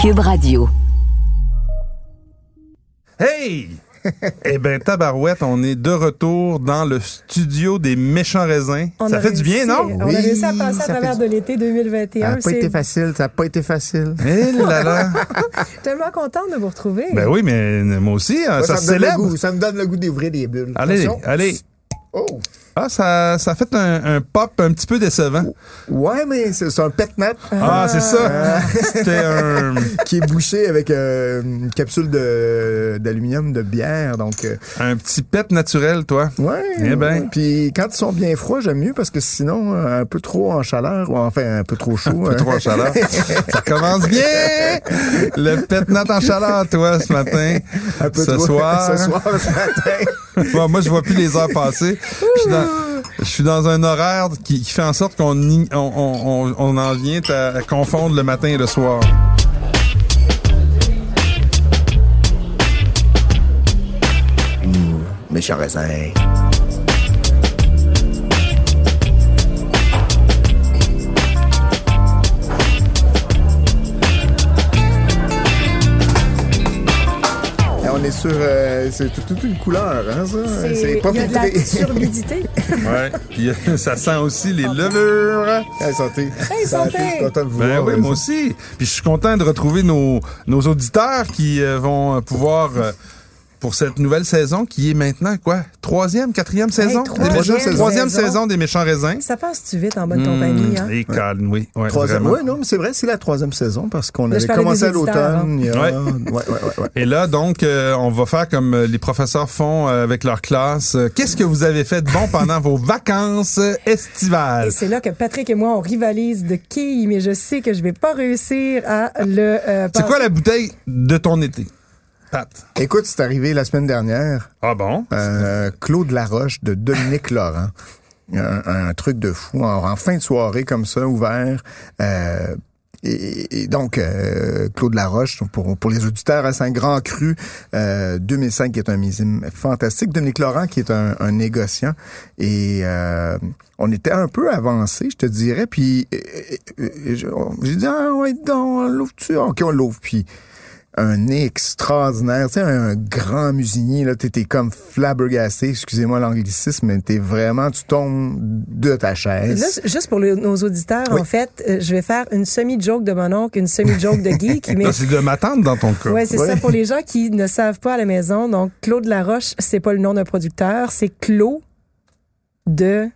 Cube Radio. Hey! eh bien, Tabarouette, on est de retour dans le studio des méchants raisins. On ça a fait du bien, réussi- non? On Oui, a réussi à passer ça à fait travers du- de l'été Ça 2021. n'a pas été C'est facile, ça n'a pas été facile. Ah Eh là là! tellement contente de vous retrouver. ben oui, mais moi aussi, hein, Moi, ça, me se donne le célèbre. goût, ça me donne le goût d'ouvrir des bulles. Allez, Attention. allez. Oh! Ah, ça, ça fait un, un pop un petit peu décevant. Ouais, mais c'est c'est un pet-nap Ah, c'est ça. C'était un. qui est bouché avec euh, une capsule de- d'aluminium de, bière. Donc, euh, Un petit pet naturel, toi. ouais. Eh ben. ouais. Puis quand ils sont bien froids, j'aime mieux parce que sinon, euh, un peu trop en chaleur, ou enfin un peu trop chaud. hein. Pas trop en chaleur. ça commence bien! Le pet nat en chaleur, toi, ce matin. un peu ce trop- soir. ce soir, ce matin. Bon, moi, je vois plus les heures passer. Je suis dans, je suis dans un horaire qui, qui fait en sorte qu'on ign- on, on- on- on en vient à, à confondre le matin et le soir. Méchant raisin. Eh, On est sur. euh, c'est tout- toute une couleur, hein, ça? C'est pas il y a de la filtré. turbidité. Ouais. Puis euh, ça sent aussi les levures. hey, santé. Hey, santé. Je suis content de vous Ben voir. hein. oui, moi aussi. Puis je suis content de retrouver nos, nos auditeurs qui euh, vont pouvoir, euh, pour cette nouvelle saison qui est maintenant, quoi, troisième, quatrième saison? troisième des méchants- saison. troisième saison des méchants raisins. Mmh. Ça passe-tu vite en Hmm, bonne compagnie? Hein? Et calme, oui. Ouais, Troisième. vraiment. Oui, non, mais c'est vrai, c'est la troisième saison parce qu'on Là, avait je parlais commencé des à l'automne. il y a- Ouais. Ouais, ouais, ouais, ouais. Et là, donc, euh, on va faire comme euh, les professeurs font euh, avec leur classe. Euh, Qu'est-ce que vous avez fait de bon pendant vos vacances estivales? Et c'est là que Patrick et moi, on rivalise de quilles, mais je sais que je vais pas réussir à le. euh, C'est quoi passer. la bouteille de ton été, Pat? Écoute, c'est arrivé la semaine dernière. Ah bon? Euh, Claude Laroche de Dominique Laurent. Un, un truc de fou. En, en fin de soirée, comme ça, ouvert. Euh, et, et donc, euh, Claude Laroche, pour, pour les auditeurs, hein, c'est un grand cru. Euh, 2005 qui est un millésime fantastique. Dominique Laurent qui est un, un négociant. Et euh, on était un peu avancé, je te dirais. Puis, euh, euh, euh, je- on- j'ai dit, ah ouais, donc, on l'ouvre-tu? OK, on l'ouvre. Puis, un nez extraordinaire, tu sais, un grand musinier, là, t'étais comme flabbergasté, excusez-moi l'anglicisme, mais t'es vraiment, tu tombes de ta Là, chaise. juste pour le- nos auditeurs, Oui. en fait, euh, je vais faire une semi-joke de mon oncle, une semi-joke de geek, mais Là, c'est de ma tante dans ton cas. Ouais, c'est Ouais. ça. Pour les gens qui ne savent pas à la maison, donc Claude Laroche, c'est pas le nom d'un producteur, c'est Claude de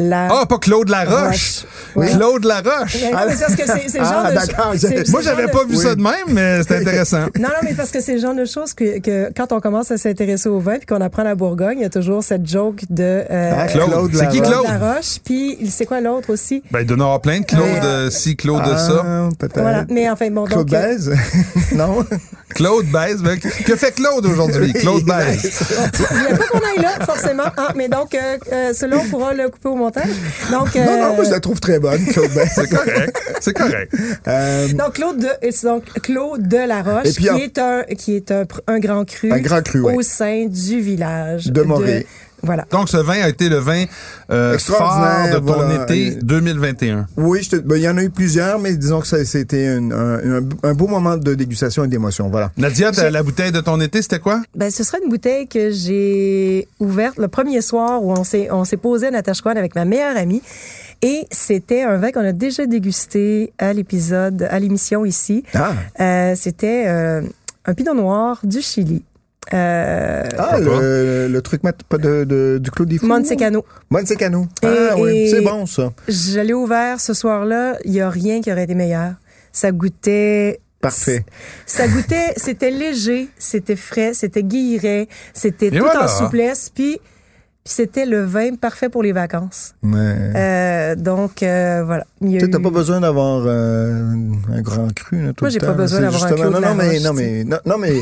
la. Ah, pas Claude Laroche! Ouais. Claude Laroche! Mais non, mais c'est parce que c'est c'est le genre Ah, de. d'accord, c'est- j'ai- c'est le Moi, genre j'avais de- pas vu ça de même, mais c'est intéressant. Non, non, mais parce que c'est le genre de choses que, que quand on commence à s'intéresser au vin puis qu'on apprend la Bourgogne, il y a toujours cette joke de. euh, Ah, Claude, c'est qui Laroche. Claude? Laroche, puis il- c'est quoi l'autre aussi? Ben, il doit y en avoir plein de Claude, Mais, euh, euh, si Claude Ah, ça. peut-être. Voilà. Mais enfin, bon, Claude donc. euh, Baise? non? Claude baise. ben, que fait Claude aujourd'hui? Claude baise. Il n'y a pas qu'on aille là, forcément. Ah, mais donc, euh, euh, cela, on pourra le couper au montage. Donc, Non, non, euh, moi, je la trouve très bonne, Claude Baise. C'est correct. C'est correct. Euh, Donc Claude de, et c'est donc Claude de la Roche, Et puis qui, en- est un, qui est un, pr- un grand cru, Un grand cru, ouais. au sein du village De Morée. Voilà. Donc, ce vin a été le vin euh, fort Extraordinaire, de ton voilà. été 2021. oui, je te- ben, il y en a eu plusieurs, mais disons que ça- c'était un, un, un- un beau moment de dégustation et d'émotion, voilà. Nadia, t'as- la bouteille de ton été, c'était quoi? Ben, ce sera une bouteille que j'ai ouverte le premier soir où on s'est, on s'est posé à Natashquan avec ma meilleure amie. Et c'était un vin qu'on a déjà dégusté à l'épisode, à l'émission ici. Ah, Euh, c'était euh, un pinot noir du Chili. Euh, ah Pourquoi le, le truc mat- pas de, de- du Claude Diffour? Montecano. Montecano. Et- Ah oui, et- c'est bon, ça. Je l'ai ouvert ce soir-là, il n'y a rien qui aurait été meilleur. Ça goûtait. Parfait. Ça goûtait, c'était léger, c'était frais, c'était guilleret, c'était Et tout voilà. en souplesse, puis, puis c'était le vin parfait pour les vacances. Ouais. Euh, donc, euh, voilà. Il y a Tu sais, t'as eu- pas besoin d'avoir euh, un grand cru là, tout Moi, le j'ai temps, pas là. besoin C'est d'avoir un justement- Claude non, non, mais, Laroche, non, tu sais. mais non, non, mais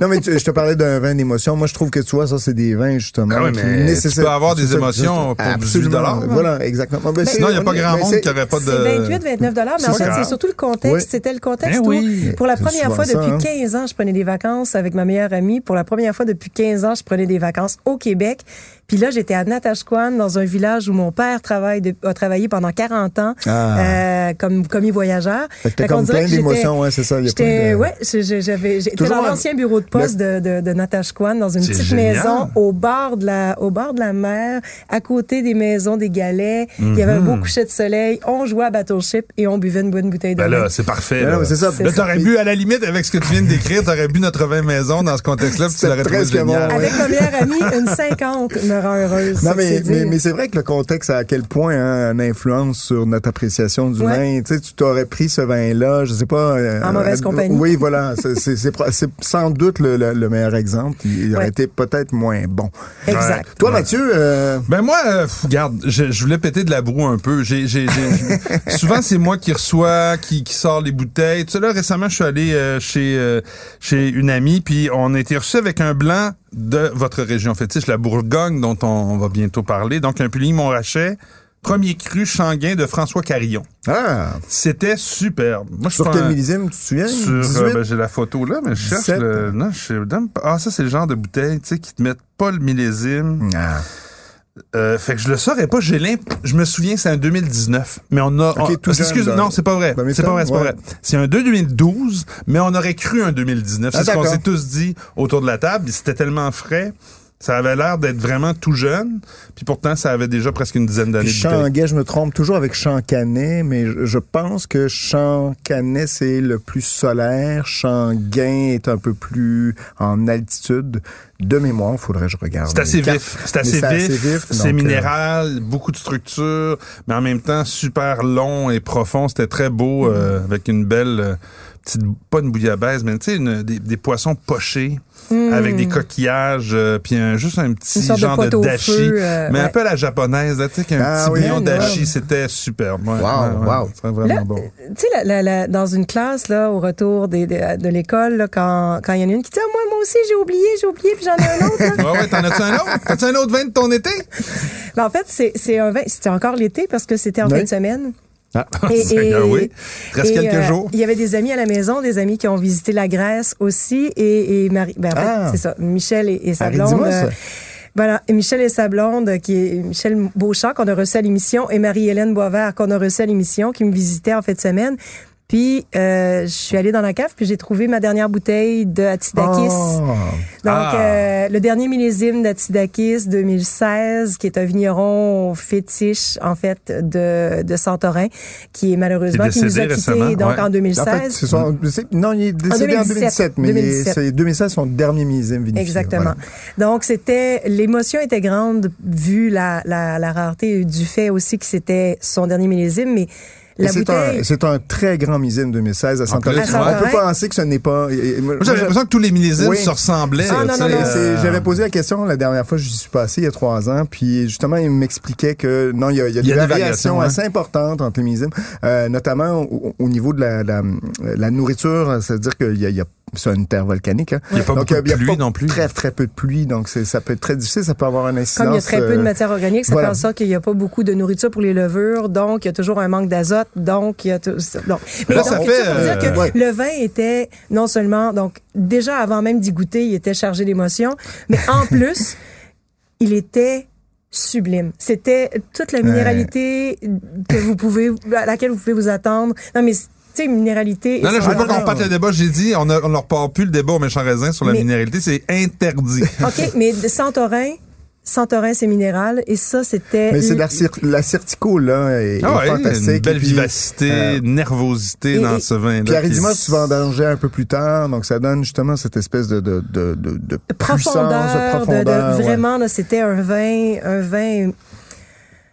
non mais tu- je te parlais d'un vin d'émotion. Moi, je trouve que tu vois ça, c'est des vins justement. Ah oui, qui mais tu nécessaire- peux avoir des c'est ça, émotions juste- pour 18 Absolument. Voilà, exactement. Ben, c'est- Sinon, il n'y a on pas est- grand ben, monde c'est- qui aurait pas de... C'est 28, 29 dollars, mais C'est en fait, grave. c'est surtout le contexte. Oui. C'était le contexte Ben où, oui. pour la C'est première souvent fois ça, depuis hein. 15 ans, je prenais des vacances avec ma meilleure amie. Pour la première fois depuis 15 ans, je prenais des vacances au Québec. Puis là, j'étais à Natashquan, dans un village où mon père travaille de- a travaillé pendant 40 ans Ah. euh, comme commis voyageur. Fait que t'as Fait qu'on comme dirait plein que j'étais- d'émotions, hein, c'est ça, il y a j'étais- plein de- ouais, je- je- j'avais- j'étais Toujours dans un- l'ancien bureau de poste de, de, de Natashquan, dans une C'est petite génial. maison au bord de la au bord de la mer, à côté des maisons des galets. Il y avait un beau Mhm. coucher de soleil. On jouait à Battleship et on buvait une bonne bouteille de Ben vin. là, c'est parfait. Ben Là, non, mais c'est ça. Là, t'aurais C'est- bu, à la limite, avec ce que tu viens de décrire, t'aurais bu notre vin maison dans ce contexte-là, puis tu C'est l'aurais trouvé presque génial. bon, ouais. Avec ma meilleure amie, une 50 me rend heureuse. Non, ça, mais, c'est mais, dire. mais c'est vrai que le contexte a à quel point hein, une influence sur notre appréciation du Ouais. vin. Tu sais, tu t'aurais pris ce vin-là, je sais pas. euh, En mauvaise compagnie. Oui, voilà. C'est- c'est- C'est pro- c'est sans doute le, le- le meilleur exemple. Il, il aurait Ouais. été peut-être moins bon. Exact. Ouais. Toi, Mathieu, euh, Ben moi, euh, pff, regarde, je, je voulais péter de la broue un peu. J'ai, j'ai, j'ai- souvent, c'est moi qui reçois, qui, qui sort les bouteilles. Tu sais, là, récemment, je suis allé euh, chez, euh, chez une amie, puis on a été reçus avec un blanc de votre région fétiche, la Bourgogne, dont on, on va bientôt parler. Donc, un Puligny Montrachet, premier cru sanguin de François Carillon. ah, C'était superbe. Moi, je suis sur pas quel un- millésime, tu te souviens? sur, euh, 18? ben, j'ai la photo là, mais je cherche 17. le. Non, je sais- dame- Ah, ça, c'est le genre de bouteille, tu sais, qui te mettent pas le millésime. Ah. Euh, fait que je le saurais pas. J'ai l'imp... Je me souviens, c'est un 2019. Mais on a. Ok, on- tout jeune, Excuse, dans- non, c'est pas vrai. dans mes C'est pas temps, vrai, c'est ouais. pas vrai. C'est un 2012, mais on aurait cru un 2019. Ah, c'est ce qu'on d'accord. s'est tous dit autour de la table. C'était tellement frais. Ça avait l'air d'être vraiment tout jeune. Puis pourtant, ça avait déjà presque une dizaine d'années Puis de bouteille. Changuet, je me trompe toujours avec Chancanet, mais je, je pense que Chancanet, c'est le plus solaire. Changuin est un peu plus en altitude. De mémoire, faudrait que je regarde. C'est assez les cartes. vif. C'est Mais assez vif. donc, C'est euh, minéral, beaucoup de structure, mais en même temps super long et profond. C'était très beau euh, avec une belle euh, petite, pas une bouillabaisse, mais tu sais, une- des, des poissons pochés avec des coquillages, euh, puis un- juste un petit Une sorte de genre de, pote au dashi, feu, euh, mais un ouais. peu à la japonaise, là, tu sais, qu'un Ah petit oui, bouillon ouais. dashi, c'était superbe. Ouais, Wow, ouais, ouais, wow. c'était vraiment Là, euh, bon. Tu sais, la- la- la- dans une classe, là, au retour des- de, de l'école, là, quand quand il y en a une qui dit Ah, moi, moi aussi, j'ai oublié, j'ai oublié, puis j'en ai un autre. là. Ouais, ouais, t'en as-tu un autre? T'as-tu un autre vin de ton été? Ben, en fait, c'est c'est un vin- C'était encore l'été parce que c'était en Oui. fin de semaine. Ah. Oh, Seigneur, oui. Reste quelques jours. euh, Il y avait des amis à la maison, des amis qui ont visité la Grèce aussi, et, et Marie. Ben, en fait, Ah. c'est ça. Michel et, et sa Marie, blonde. euh, dis-moi ça. voilà, et Michel et sa blonde, qui est Michel Beauchamp, qu'on a reçu à l'émission, et Marie-Hélène Boisvert, qu'on a reçu à l'émission, qui me visitait en fin de semaine. Puis, euh, je suis allée dans la cave, puis j'ai trouvé ma dernière bouteille de Hatsidakis. Ah. Donc, Ah. euh, le dernier millésime d'Atsidakis 2016, qui est un vigneron fétiche, en fait, de, de Santorin, qui est malheureusement, Qui est qui nous a décédé récemment, quittés donc, ouais. en En 2016. fait, c'est son- c'est- non, il est décédé Ah, en 2017, 2017, mais il est- 2017. c'est 2016, son dernier millésime vinifié. Exactement. Donc, c'était l'émotion était grande vu la, la, la rareté du fait aussi que c'était son dernier millésime, mais Et la C'est bouteille. un, c'est un très grand millésime 2016 à Santorin. plus, À On peut Santorin. penser que ce n'est pas. et- et- moi, Moi, j'avais je- l'impression que tous les millésimes Oui. se ressemblaient. là, Ah, non, tu sais, non, non. C'est- euh, J'avais posé la question la dernière fois, j'y suis passé il y a trois ans, puis justement, il m'expliquait que non, il y a, il y a des variations variations, hein. assez importantes entre les millésime, notamment au, au niveau de la, la- la nourriture, c'est-à-dire qu'il y a, il y a- c'est une terre volcanique. hein. Il y a pas Donc, beaucoup de il y a pluie pas non plus. Très, très peu de pluie, donc c'est- ça peut être très difficile, ça peut avoir un incidence. Comme il y a très peu de euh, matière organique, ça voilà. fait en sorte qu'il n'y a pas beaucoup de nourriture pour les levures, donc il y a toujours un manque d'azote, donc il y a tout. Donc, Mais là, ça donc, fait, tout pour dire euh, que ouais. le vin était non seulement donc déjà avant même d'y goûter, il était chargé d'émotions, mais en plus, il était sublime. C'était toute la minéralité que vous pouvez à laquelle vous pouvez vous attendre. Non mais tu sais minéralité. et Non, là, je veux saveur. pas qu'on parte le débat. J'ai dit, on ne on ne repart plus le débat au méchant raisin sur la Mais- minéralité. C'est interdit. OK, mais de Santorin, Santorin c'est minéral et ça c'était Mais c'est l- de la, cir- la Certico, là, est, Ah est ouais, fantastique. une belle Et puis, vivacité, euh, nervosité et- dans et- ce vin-là. Pierre qui est- Edima, tu vas en danger un peu plus tard, donc ça donne justement cette espèce de, de, de, de, de puissance, de profondeur, de- de- profondeur. ouais. vraiment là, c'était un vin, un vin,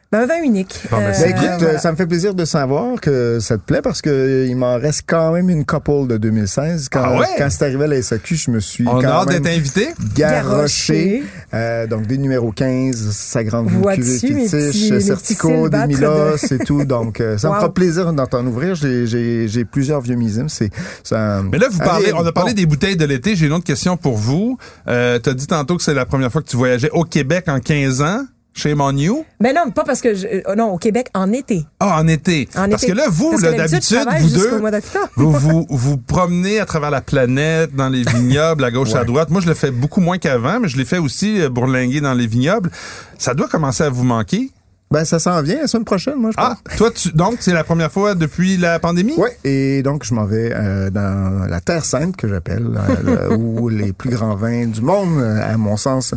ben, un vin unique. Bon, ben, Euh, c'est Ben, écoute, voilà. euh, ça me fait plaisir de savoir que ça te plaît parce que euh, il m'en reste quand même une couple de 2016. Quand, Ah ouais? quand c'est arrivé à la SAQ, je me suis On a quand hâte même d'être invité. garroché. Garroché. Euh, donc des numéros 15, sa grande Vois-tu, cuvée mes fétiche, petits- mes petits Certico, des sylbatres Milos de- et tout. Donc euh, ça me Wow. fera plaisir d'en t'en ouvrir. J'ai- J'ai j'ai plusieurs vieux misimes. C'est c'est un- Mais là, vous parlez, Allez, on a parlé bon. des bouteilles de l'été. J'ai une autre question pour vous. Euh, tu as dit tantôt que c'est la première fois que tu voyageais au Québec en 15 ans. Shame on you. Mais non, pas parce que je, euh, non, au Québec en été. Ah, en été. En Parce été. que là, vous, Parce là, que d'habitude, je d'habitude, travaille vous jusqu'au deux, mois d'octobre. vous, vous, vous promenez à travers la planète, dans les vignobles, à gauche, à Ouais. droite. Moi, je le fais beaucoup moins qu'avant, mais je l'ai fait aussi euh, bourlinguer dans les vignobles. Ça doit commencer à vous manquer. Ben, ça s'en vient la semaine prochaine, moi, je pense. Ah, toi, tu, donc, c'est la première fois depuis la pandémie? Oui, et donc je m'en vais euh, dans la Terre Sainte, que j'appelle, euh, là où les plus grands vins du monde, euh, à mon sens,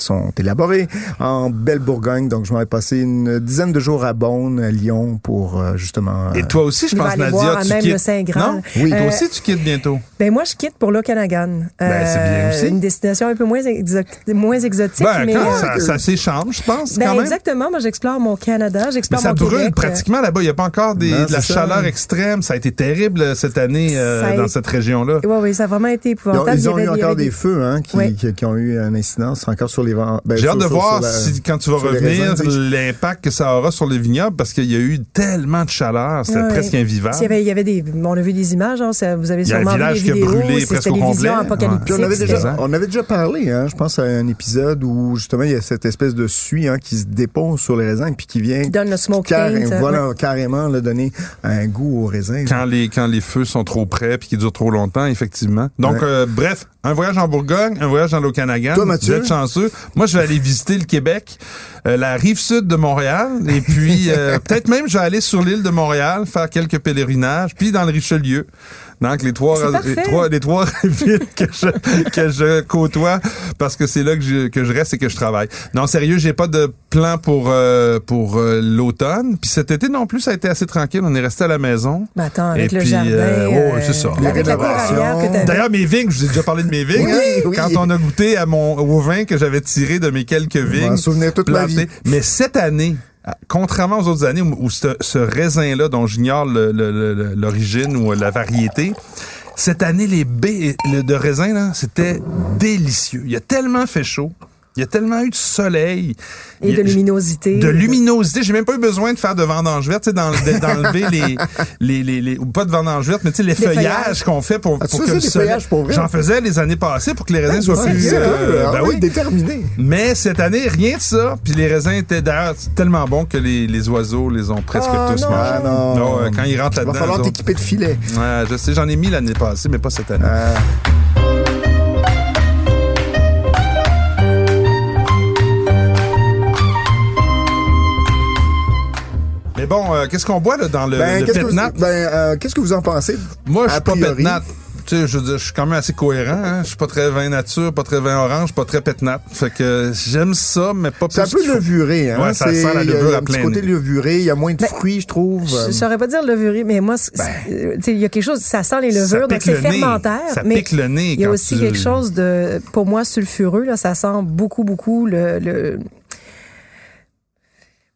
sont élaborés en belle Bourgogne. Donc je m'en vais passer une dizaine de jours à Beaune, à Lyon, pour euh, justement... euh, Et toi aussi, je Il va pense, aller Nadia, voir à tu même quittes. le Saint-Graal. Non? Oui. Toi Euh, aussi, tu quittes bientôt. Ben moi, je quitte pour l'Okanagan. Euh, Ben, c'est bien aussi. Une destination un peu moins, exo- moins exotique, Ben, mais. quand euh, ça, ça s'échange, je pense, ben, quand même. exactement. Moi, j'explore mon Canada, Mais j'explore ça mon brûle Québec. euh, pratiquement là-bas. Il n'y a pas encore des- Non, de la c'est ça. chaleur extrême. Ça a été terrible euh, cette année euh, Ça a dans été- cette région-là. Oui, oui, ça a vraiment été ils ont, épouvantable. ils ont Il y eu avait- il y encore avait des feux hein, qui, Ouais. qui- qui ont eu une incidence encore sur les vents. ben, J'ai sur- hâte de sur- voir sur la- si, quand tu vas sur les revenir raisins, tu sais. l'impact que ça aura sur les vignobles parce qu'il y a eu tellement de chaleur, c'était Ouais, ouais. presque invivable. S'il y avait- Il y avait des. On a vu des images, hein, ça- vous avez Il y a un sûrement vu village des qui a vidéos. brûlé c'est- presque C'était au des complet. visions Ouais. Puis apocalyptiques. on avait c'était- déjà, on avait déjà parlé, hein, je pense à un épisode où justement il y a cette espèce de suie hein, qui se dépose sur les raisins puis qui vient Qui donne le smoke carré- taint, euh, voilà, carrément là, donner un goût aux raisins. Quand les, quand les feux sont trop près puis qu'ils durent trop longtemps, effectivement. Donc, Ouais. euh, bref, un voyage en Bourgogne, un voyage dans l'Okanagan. Toi, Mathieu? Vous êtes chanceux. Moi, je vais aller visiter le Québec, euh, la rive sud de Montréal, et puis euh, peut-être même je vais aller sur l'île de Montréal, faire quelques pèlerinages, puis dans le Richelieu. Donc, les trois, C'est parfait. les trois, les trois villes que je, que je côtoie, parce que c'est là que je, que je reste et que je travaille. Non, sérieux, j'ai pas de plan pour, euh, pour euh, l'automne. Puis cet été non plus, ça a été assez tranquille. On est resté à la maison. Ben attends, avec Et le puis, jardin. euh, ouais, ouais, c'est ça. avec la cour arrière que t'avais. D'ailleurs, mes vignes, je vous ai déjà parlé de mes vignes. Oui, hein? oui. Quand on a goûté à mon, au vin que j'avais tiré de mes quelques vignes. m'en souvenais toute ma vie. Mais cette année, à- contrairement aux autres années où, où ce, ce raisin-là, dont j'ignore le- le- le- l'origine ou la variété, cette année, les baies le- de raisin, là, c'était délicieux. Il a tellement fait chaud. Il y a tellement eu de soleil. Et Il- de luminosité. de luminosité. J'ai même pas eu besoin de faire de vendange verte, tu sais, d'en- de- d'enlever les, les, les, les- ou pas de vendange verte, mais tu sais, les feuillages. feuillages qu'on fait pour, Ah, tu pour faisais que le des soleil- feuillages pour vrai? Ah, J'en faisais les années passées pour que les raisins soient C'est Ah plus, euh, ben oui. déterminé. Mais cette année, rien de ça. Puis les raisins étaient d'ailleurs tellement bons que les, les oiseaux les ont presque Ah, tous non. mangés. Ah non. euh, quand ils rentrent Il va là-dedans. falloir eux autres. t'équiper de filets. Ouais, je sais, j'en ai mis l'année passée, mais pas cette année. Euh, Mais bon, euh, qu'est-ce qu'on boit là, dans le, ben, le qu'est-ce que pet vous- nat? ben, euh, qu'est-ce que vous en pensez? Moi, je suis a pas priori? pétnat. Tu sais, je veux dire, je suis quand même assez cohérent. Hein? Je suis pas très vin nature, pas très vin orange, pas très pétnat. Fait que j'aime ça, mais pas C'est un plus. peu qu'il faut. levuré. Hein? Ouais, ça C'est- sent la il y a- levure il y a à un petit plein côté nez. levuré. Il y a moins de fruits, je trouve. Je ne saurais pas dire levuré, mais moi, c'est- euh, tu sais, il y a quelque chose, ça sent les levures, Ben. Ça donc pique c'est le nez. fermentaire. Ça mais pique le nez. Il y a quand aussi tu- quelque chose de, pour moi, sulfureux, là, ça sent beaucoup, beaucoup le. le...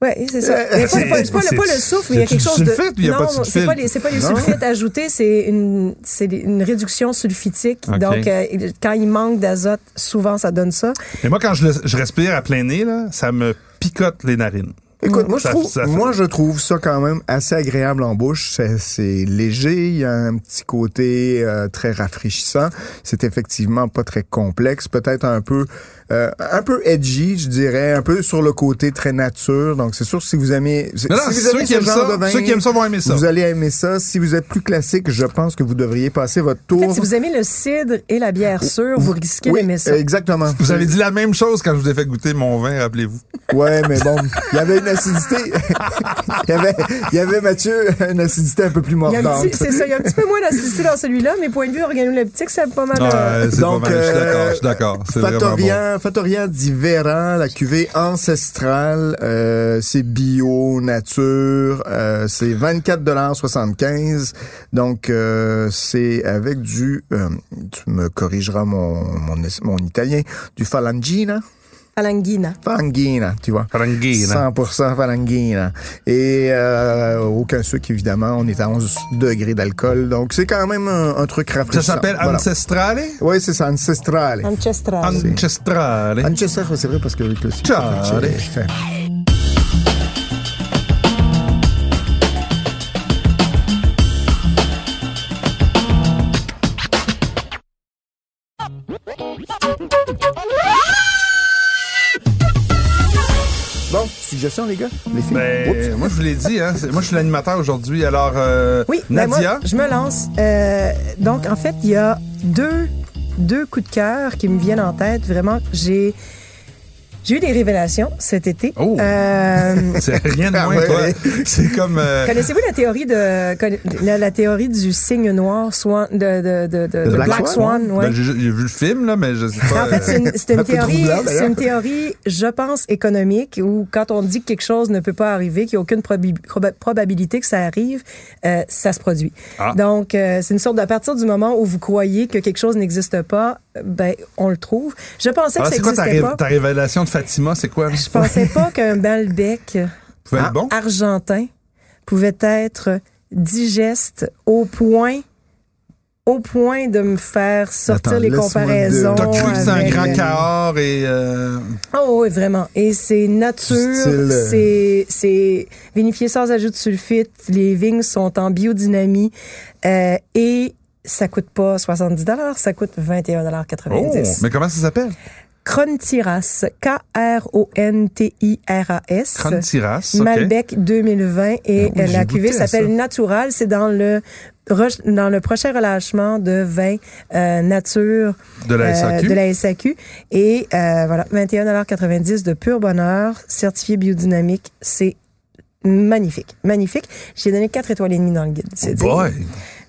Ouais, c'est ça. Mais pas, c'est- pas- c'est pas- Euh, c'est- pas le souffle, mais il y a c'est du quelque chose de. sulfate ou il y a pas de non, c'est sulfite? pas les, c'est pas les Non. sulfites ajoutés, c'est une, c'est des- une réduction sulfitique. Ok. Donc, euh, il- quand il manque d'azote, souvent, ça donne ça. Mais moi, quand je, le- je respire à plein nez, là, ça me picote les narines. Écoute, moi je, Mm. Ça- trouve, ça- moi, je trouve ça quand même assez agréable en bouche. C'est- C'est léger, il y a un petit côté euh, très rafraîchissant. C'est effectivement pas très complexe, peut-être un peu euh, un peu edgy, je dirais, un peu sur le côté très nature. Donc, c'est sûr, si vous aimez, si Non, non, vous ceux, aimez qui ce aiment genre de ça, vin, ceux qui aiment ça vont aimer ça. vous allez aimer ça. Si vous êtes plus classique, je pense que vous devriez passer votre En tour. fait, si vous aimez le cidre et la bière sûre, vous risquez oui, d'aimer ça. exactement. Vous avez dit la même chose quand je vous ai fait goûter mon vin, rappelez-vous. Ouais, mais bon, il y avait une acidité. Il y avait, il y avait Mathieu une acidité un peu plus Il y a un mordante. petit- C'est ça, il y a un petit peu moins d'acidité dans celui-là, mais point de vue organoleptique, c'est pas mal. euh, Ah, c'est pas Donc, mal. Je suis euh, d'accord, je suis d'accord. C'est vraiment bon. Fatoria, Fatoria dit Véran, la cuvée ancestrale, euh, c'est bio, nature, euh, c'est 24,75 Donc, euh, c'est avec du, euh, tu me corrigeras mon, mon, es- mon italien, du falangina, Alanguina. falangina, tu vois. Franguina. 100% falangina. Et euh, aucun sucre, évidemment. On est à 11 degrés d'alcool. Donc, c'est quand même un, un truc Ça rafraîchissant. s'appelle Ancestrale? Oui, c'est ça, ancestrale. Ah, Ancestral. Ancestrale. Manchester, c'est vrai, parce que avec le Ciao. Manchester. question, les gars? Les filles? Ben, Oups. moi, je vous l'ai dit, hein, c'est- moi, je suis l'animateur aujourd'hui. Alors, euh, Oui, ben Nadia, moi, je me lance. Euh, donc, en fait, il y a deux, deux coups de cœur qui me viennent en tête. Vraiment, j'ai j'ai eu des révélations cet été. Oh. Euh, c'est rien de Ah moins, ouais. toi. C'est comme... euh, Connaissez-vous la théorie de conna- la, la théorie du signe noir swan de, de, de, de- de Black Black, Swan? Swan, ouais. ben, j'ai j'ai vu le film, là, mais je sais pas... En fait, c'est euh, une, c'est une Un peu théorie, troublant, d'ailleurs. c'est une théorie, je pense, économique, où quand on dit que quelque chose ne peut pas arriver, qu'il n'y a aucune probi- proba- probabilité que ça arrive, euh, ça se produit. Ah. Donc, euh, c'est une sorte de- à partir du moment où vous croyez que quelque chose n'existe pas, ben, on le trouve. Je pensais alors, Ah, que ça c'est quoi ta, n'existait ré- pas. ta révélation de Fatima? C'est quoi? Je pensais pas Ah, qu'un Balbec pouvait être bon? argentin pouvait être digeste au point au point de me faire sortir Attends, les laisse-moi comparaisons. euh, de- T'as cru que c'était un avec- grand cahors et... euh, Oh oui, vraiment. Et c'est nature, Du style, euh, c'est c'est vinifié sans ajout de sulfite. Les vignes sont en biodynamie euh, et ça coûte pas 70 dollars, ça coûte 21,90 Oh, mais comment ça s'appelle? Crontiras, K-R-O-N-T-I-R-A-S. Crontiras, OK. Malbec 2020 et Ah oui, euh, j'ai la goûté à cuvée ça. s'appelle Natural. C'est dans le re- dans le prochain relâchement de vin euh, nature De la euh, SAQ. de la SAQ. Et euh, voilà, 21,90 de pur bonheur, certifié biodynamique. C'est magnifique, magnifique. J'ai donné 4 étoiles et demie dans le guide. C'est dire. Oh Boy!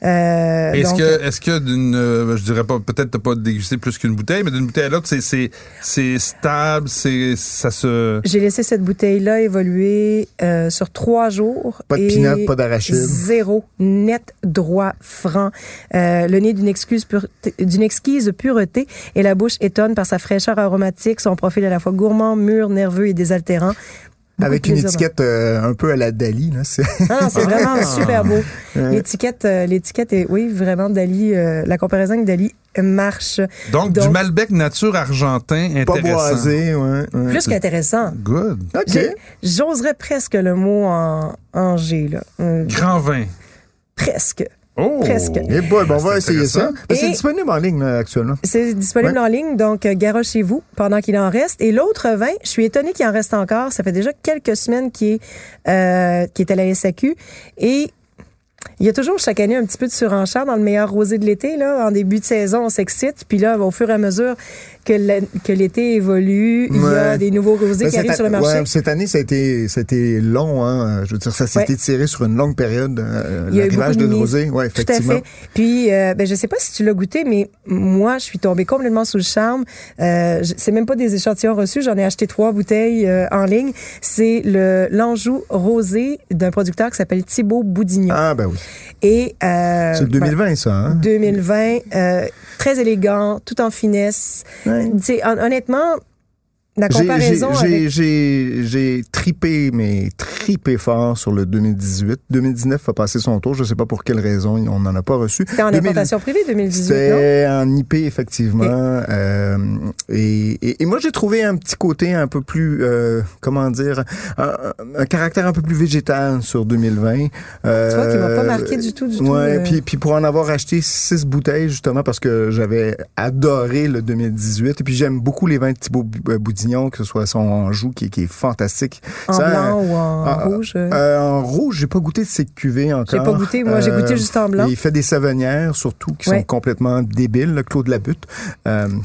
Euh, Est-ce donc, que, est-ce que d'une, euh, je dirais pas, peut-être t'as pas dégusté plus qu'une bouteille, mais d'une bouteille à l'autre, c'est, c'est, c'est stable, c'est, ça se. J'ai laissé cette bouteille-là évoluer euh, sur trois jours. Pas de et peanuts, pas d'arachide. Zéro, net, droit, franc. Euh, le nez d'une excuse pureté- d'une exquise pureté et la bouche étonne par sa fraîcheur aromatique, son profil à la fois gourmand, mûr, nerveux et désaltérant. Beaucoup Avec de une plaisir. étiquette euh, un peu à la Dali, là. c'est- Ah non, c'est vraiment super beau. L'étiquette, euh, l'étiquette est, oui, vraiment Dali, euh, la comparaison avec Dali marche. Donc, du Donc- Malbec nature argentin Pas intéressant. boisé, ouais. ouais. Plus qu'intéressant. Good. OK. J'ai- J'oserais presque le mot en, en G, là. Hum, Grand vin. presque. Oh! Presque. Eh boy, ben on va C'est essayer ça. intéressant. Ben, C'est Et- disponible en ligne, là, actuellement. C'est disponible Hein? Ouais. en ligne, donc euh, garochez-vous pendant qu'il en reste. Et l'autre vin, je suis étonnée qu'il en reste encore. Ça fait déjà quelques semaines qu'il est, euh, qu'il est à la SAQ. Et il y a toujours chaque année un petit peu de surenchère dans le meilleur rosé de l'été. Là, En début de saison, on s'excite. Puis là, au fur et à mesure que la- que l'été évolue, il y Ouais. a des nouveaux rosés Ben, qui arrivent cette sur le an- marché. ouais, cette année, ça a été, ça a été long. Hein. Je veux dire, ça s'est Ouais. étiré sur une longue période. euh, Il y a eu L'arrivage beaucoup de, de mises. rosé, ouais, Tout à effectivement. fait. Puis, euh, ben, je sais pas si tu l'as goûté, mais moi, je suis tombée complètement sous le charme. Euh, je- c'est même pas des échantillons reçus. J'en ai acheté trois bouteilles euh, en ligne. C'est le l'Anjou rosé d'un producteur qui s'appelle Thibaut Boudignon. Ah, ben oui. Et euh, C'est le 2020, ça. Hein? ben, 2020, euh, très élégant, tout en finesse. Ouais. Tu sais, hon- honnêtement, la J'ai- J'ai comparaison j'ai- avec j'ai- j'ai tripé, mais tripé fort sur le 2018. 2019 a passé son tour. Je ne sais pas pour quelle raison on n'en a pas reçu. c'était en 2000 importation privée 2018, non? C'était en IP, effectivement. Euh, et, et- et moi, j'ai trouvé un petit côté un peu plus, euh, comment dire, un, un caractère un peu plus végétal sur 2020. Euh, Tu vois qu'il m'a pas marqué du tout, du tout, Ouais, euh. puis, puis pour en avoir acheté six bouteilles, justement, parce que j'avais adoré le 2018. Et puis j'aime beaucoup les vins de Thibaut Bou- euh, Boudignon, que ce soit son Anjou, qui, qui est fantastique. En Ça, blanc ou en ah, rouge? euh, euh, en rouge, j'ai pas goûté de ces cuvées encore. j'ai pas goûté. Moi, j'ai Euh, goûté juste en blanc. et il fait des savonnières, surtout, qui sont Ouais. complètement débiles, le Claude Labutte. Euh, Ben,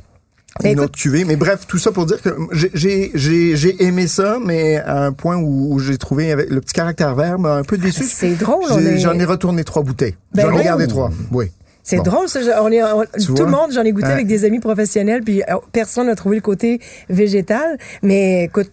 une écoute- autre cuvée. Mais bref, tout ça pour dire que j'ai- j'ai j'ai- j'ai aimé ça, mais à un point où, où j'ai trouvé avec le petit caractère vert, m'a un peu déçu. C'est drôle. on J'ai- est- J'en ai... retourné trois bouteilles. Ben J'en ai voyons. gardé trois. Oui. C'est Bon. drôle, ça. je- On est, on- tout vois? le monde, j'en ai goûté Ouais. avec des amis professionnels, puis euh, personne n'a trouvé le côté végétal. Mais écoute,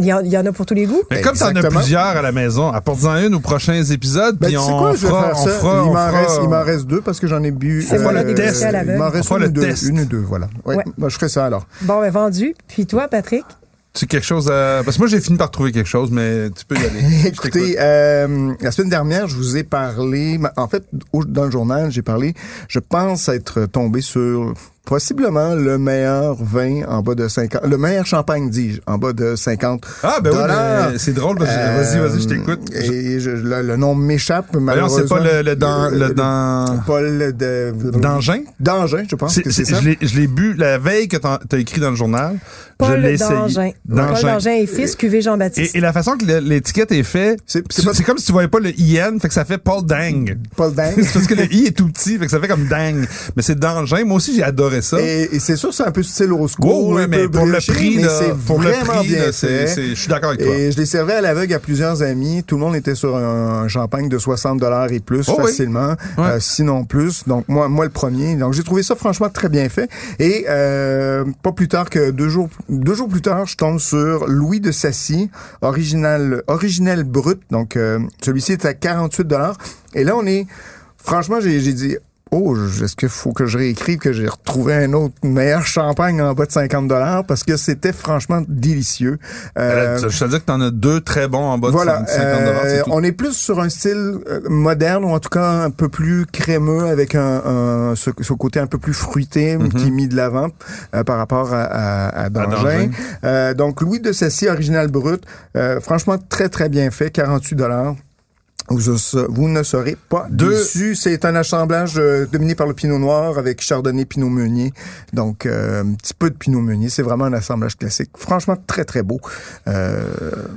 il y, en- il y en a pour tous les goûts. Mais comme t'en as Exactement. plusieurs à la maison, apporte-en une aux prochains épisodes, Ben, puis tu sais on quoi, je vais fera, faire on ça. fera, il on m'en fera- euh, reste, il m'en reste deux parce que j'en ai bu. On fera le test. euh, à l'aveugle. Il m'en reste On fera une le ou deux, test. une ou deux, voilà. Ouais. Ouais. Ben, je ferai ça alors. Bon, ben vendu. Puis toi, Patrick, Tu as quelque chose à... Parce que moi, j'ai fini par trouver quelque chose, mais tu peux y aller. Je t'écoute. Écoutez, euh, la semaine dernière, je vous ai parlé. En fait, au- dans le journal, j'ai parlé. Je pense être tombé sur Possiblement le meilleur vin en bas de 50, le meilleur champagne, dis-je, en bas de 50 Ah, ben oui, dollars. mais c'est drôle. parce que- Euh, Vas-y, vas-y, je t'écoute. Je- Et je- le, le nom m'échappe, Voyons, malheureusement. Euh, c'est pas le, le, dan- le, dan- Paul de... Dangin? Dangin, je pense C'est- que c'est c'est- ça. je l'ai- je l'ai bu la veille que t'en- t'as écrit dans le journal. je Paul l'ai essayé. Dangin. Paul Dangin. Dangin et fils, cuvée Jean-Baptiste. Et, et la façon que le- l'étiquette est faite, C'est- c'est c'est pas- c'est comme si tu voyais pas le IN, fait que ça fait Paul Dang. Paul Dang. c'est parce que le I est tout petit, fait que ça fait comme Dang. Mais c'est Dangin. Moi aussi, j'ai adoré ça. Et, et c'est sûr, c'est un peu style au school, Oh, oui, un mais peu pour le bréché, prix, mais là, c'est pour le vraiment prix, bien là, c'est- fait. c'est- je suis d'accord avec toi. Et je les servais à l'aveugle à plusieurs amis. Tout le monde était sur un, un champagne de 60 dollars et plus Oh oui. facilement, Ouais. euh, sinon plus. Donc moi, moi le premier. Donc j'ai trouvé ça franchement très bien fait. Et euh, pas plus tard que deux jours, deux jours plus tard, je tombe sur Louis de Sassy, original, originel brut. Donc euh, celui-ci est à 48 dollars. Et là on est, franchement, j'ai j'ai dit. Oh, est-ce qu'il faut que je réécrive que j'ai retrouvé un autre meilleur champagne en bas de 50 dollars parce que c'était franchement délicieux. Euh, je te dis que t'en as deux très bons en bas voilà, de 50 euh, c'est tout. on est plus sur un style euh, moderne ou en tout cas un peu plus crémeux avec un, un- ce, ce côté un peu plus fruité Mhm. qui est mis de l'avant euh, par rapport à, à, à Dangin. Dangin. Euh, donc Louis de Sassy, original brut, euh, franchement très très bien fait, 48 dollars. Vous, vous ne serez pas Deux- déçus. C'est un assemblage euh, dominé par le Pinot Noir avec Chardonnay, Pinot Meunier. Donc, euh, un petit peu de Pinot Meunier. C'est vraiment un assemblage classique. Franchement, très, très beau. Euh,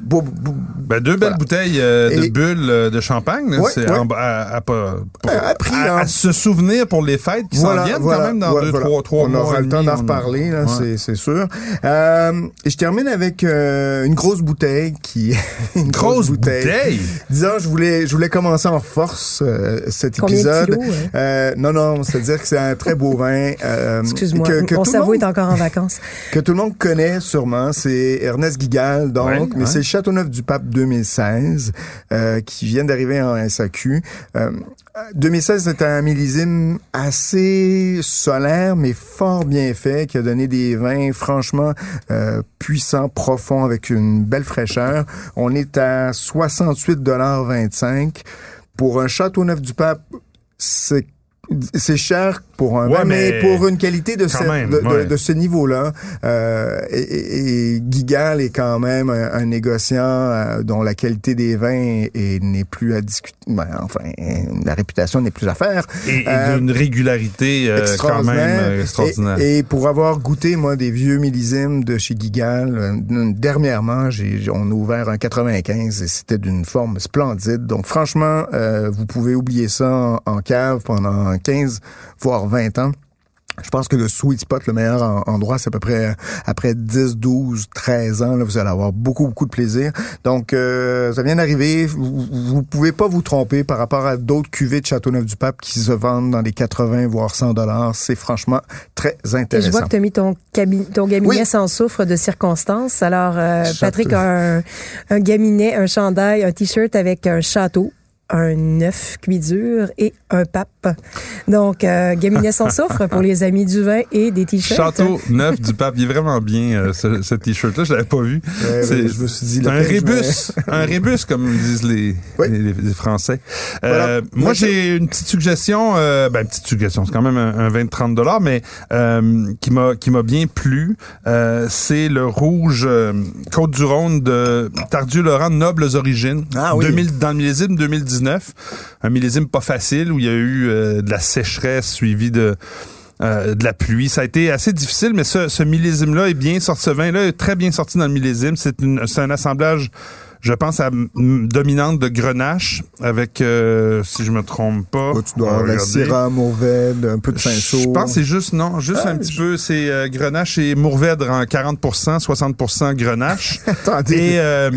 beau, beau- Ben, deux belles Voilà. bouteilles euh, de Et- bulles euh, de champagne, là, Ouais, c'est ouais. en- à, à pas- pour- À- à prix, à- à hein. se souvenir pour les fêtes qui s'en viennent quand même dans ouais, deux, voilà. trois, trois On mois. aura et le temps demi, d'en on- reparler, là, Ouais. c'est- c'est sûr. Euh, et je termine avec euh, une grosse bouteille qui... une Grosse bouteille. Disons, je voulais, je voulais commencer en force euh, cet Combien de épisode. kilos, hein? Euh, non, non, c'est-à-dire que c'est un très beau vin. euh, Excuse-moi, que, que mon tout le cerveau monde, est encore en vacances. que tout le monde connaît sûrement, c'est Ernest Guigal, donc, Ouais, ouais. mais c'est le Châteauneuf du Pape 2016, euh, qui vient d'arriver en SAQ. Euh, 2016, c'est un millésime assez solaire, mais fort bien fait, qui a donné des vins franchement euh, puissants, profonds, avec une belle fraîcheur. On est à 68,25 Pour un Châteauneuf du Pape, c'est c'est cher pour un Ouais, vin, mais, mais pour une qualité de, quand cette- même, de- de- ouais. de de ce niveau-là. euh, et, et- et Gigal est quand même un, un négociant euh, dont la qualité des vins est- est- n'est plus à discuter. Ben, enfin, la réputation n'est plus à faire. Et, et Euh, d'une régularité euh, quand même euh, extraordinaire. Et, et pour avoir goûté, moi, des vieux millésimes de chez Gigal, euh, dernièrement, j'ai- j'ai- on a ouvert un 95 et c'était d'une forme splendide. Donc, franchement, euh, vous pouvez oublier ça en, en cave pendant 15, voire 20 ans. Je pense que le sweet spot, le meilleur en- endroit, c'est à peu près euh, après 10, 12, 13 ans. Là, vous allez avoir beaucoup, beaucoup de plaisir. Donc, euh, ça vient d'arriver. Vous, vous pouvez pas vous tromper par rapport à d'autres cuvées de Châteauneuf-du-Pape qui se vendent dans les 80, voire 100 dollars. C'est franchement très Et je vois intéressant. que tu as mis ton, cabi- ton gaminet Oui. sans soufre de circonstance. Alors, euh, Château. Patrick a un, un gaminet, un chandail, un T-shirt avec un château, un œuf cuit dur et un pape. Donc, euh, gaminet sans soufre pour les amis du vin et des T-shirts. Château neuf du pape, il est vraiment bien euh, ce, ce t-shirt-là, je l'avais pas vu. Euh, C'est- je me suis dit, un lequel je mets? rébus, un rébus comme disent les, Oui. les, les Français. Euh, Voilà. moi, Mais ça- j'ai une petite suggestion, euh, ben une petite suggestion, c'est quand même un, un 20-30 dollars, mais euh, qui m'a qui m'a bien plu, euh, c'est le rouge euh, Côte du Rhône de Tardieu Laurent Nobles Origines, Ah oui. 2000 dans le millésime 2019, un millésime pas facile où il y a eu euh, de la sécheresse suivie de euh, de la pluie. Ça a été assez difficile, mais ce, ce millésime-là est bien sorti. Ce vin-là est très bien sorti dans le millésime. C'est une- c'est un assemblage, je pense, à m- dominante de grenache avec, euh, si je me trompe pas. Oh, tu dois avoir on de va la regarder. syrah, mauvais, un peu de saint Je pense que c'est juste, non, juste Ah, un petit peu. C'est euh, grenache et mourvèdre en 40%, 60% grenache. Attendez. Et euh,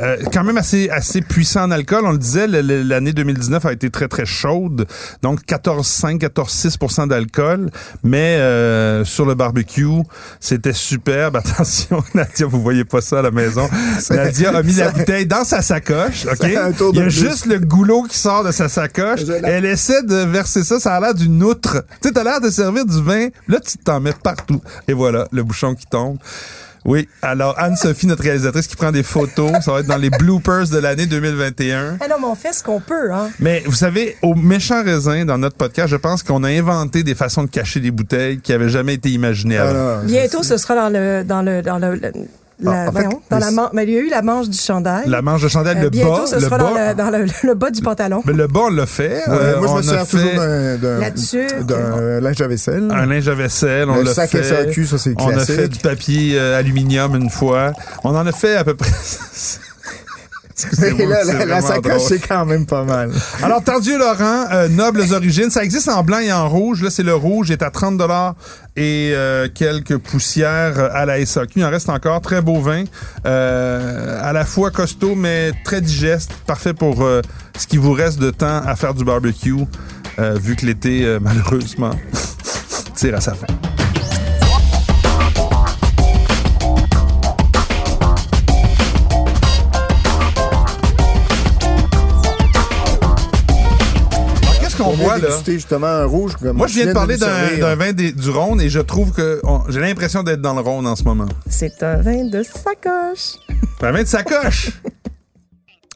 euh, quand même assez assez puissant en alcool. On le disait, le- le- l'année 2019 a été très très chaude, donc 14,5, 14,6 d'alcool. Mais euh, sur le barbecue, c'était superbe. Attention, Nadia, vous voyez pas ça à la maison. Nadia a mis la bouteille dans sa sacoche. Ok, un tour il y a de plus. juste le goulot qui sort de sa sacoche. Je la- Elle essaie de verser ça. Ça a l'air d'une outre. Tu sais, t'as l'air de servir du vin. Là, tu t'en mets partout. Et voilà, le bouchon qui tombe. Oui, alors Anne-Sophie, notre réalisatrice qui prend des photos, ça va être dans les bloopers de l'année 2021. Ah non, mais on fait ce qu'on peut, hein. Mais vous savez, au méchant raisin, dans notre podcast, je pense qu'on a inventé des façons de cacher des bouteilles qui avaient jamais été imaginées avant. Ah, non, Bientôt, ce sera dans le, dans le, dans le, le- la- en fait, voyons, dans le- la man- mais il y a eu la manche du chandail. La manche de chandelle, Euh, le bientôt, bas, ce le sera dans, bas. le, dans le, le bas du pantalon. Mais le bas, on l'a fait. Ouais, Euh, moi, je on me a fait Ah, sers toujours d'un- d'un- La tuque. d'un linge à vaisselle. un linge à vaisselle, on Hmm. Le l'a sac fait. SAQ, ça, c'est On a classique. fait du papier euh, aluminium une fois. On en a fait à peu près. Excusez-moi, Et là, c'est la, la vraiment sacoche, drôle. c'est quand même pas mal. Alors, Tardieu Laurent, euh, Nobles Origines, ça existe en blanc et en rouge. Là, c'est le rouge, est à 30 et euh, quelques poussières euh, à la SAQ. Il en reste encore. Très beau vin, euh, à la fois costaud, mais très digeste. Parfait pour euh, ce qui vous reste de temps à faire du barbecue, euh, vu que l'été, euh, malheureusement, tire à sa fin. Alors, Qu'est-ce qu'on On voit, voit là? justement un rouge. Comme Moi, je viens de parler d'un l'observer. d'un vin des- du Rhône et je trouve que on- j'ai l'impression d'être dans le Rhône en ce moment. C'est un vin de sacoche. Un vin de sacoche!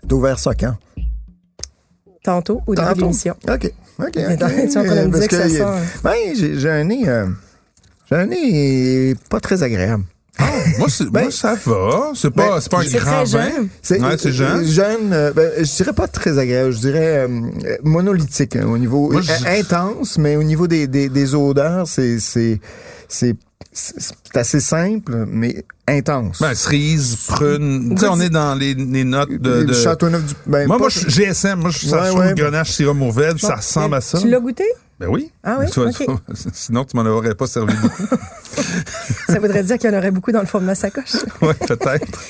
d'ouvert soquant. hein? Tantôt, au début de l'émission. Ah, OK. OK. Mais attends, tu es en train de Euh, me parce dire que ça il y a- sent- Ben, j'ai j'ai un nez. euh, j'ai un nez pas très agréable. Moi, c'est- Ben, moi, ça va. C'est pas, ben, c'est pas un c'est grand très vin. jeune. Ouais, c'est jeune. Jeune, euh, ben, je dirais pas très agréable, je dirais euh, euh, monolithique hein, au niveau Moi, je- euh, intense, mais au niveau des, des, des odeurs, c'est c'est c'est c'est c'est assez simple, mais intense. Ben, cerise, prune. Tu sais, on est dans les, les notes de. de- Du Châteauneuf du ben, Moi, pas- moi, je suis GSM. Moi, je suis Ouais, ça ouais. le grenache sirop Mourvèdre. Ça ressemble à ça. Ah, Tu l'as goûté? Ben oui. Ah oui? Toi, Ok. toi, sinon, tu m'en aurais pas servi beaucoup. Ça voudrait dire qu'il y en aurait beaucoup dans le fond de ma sacoche. ouais, peut-être.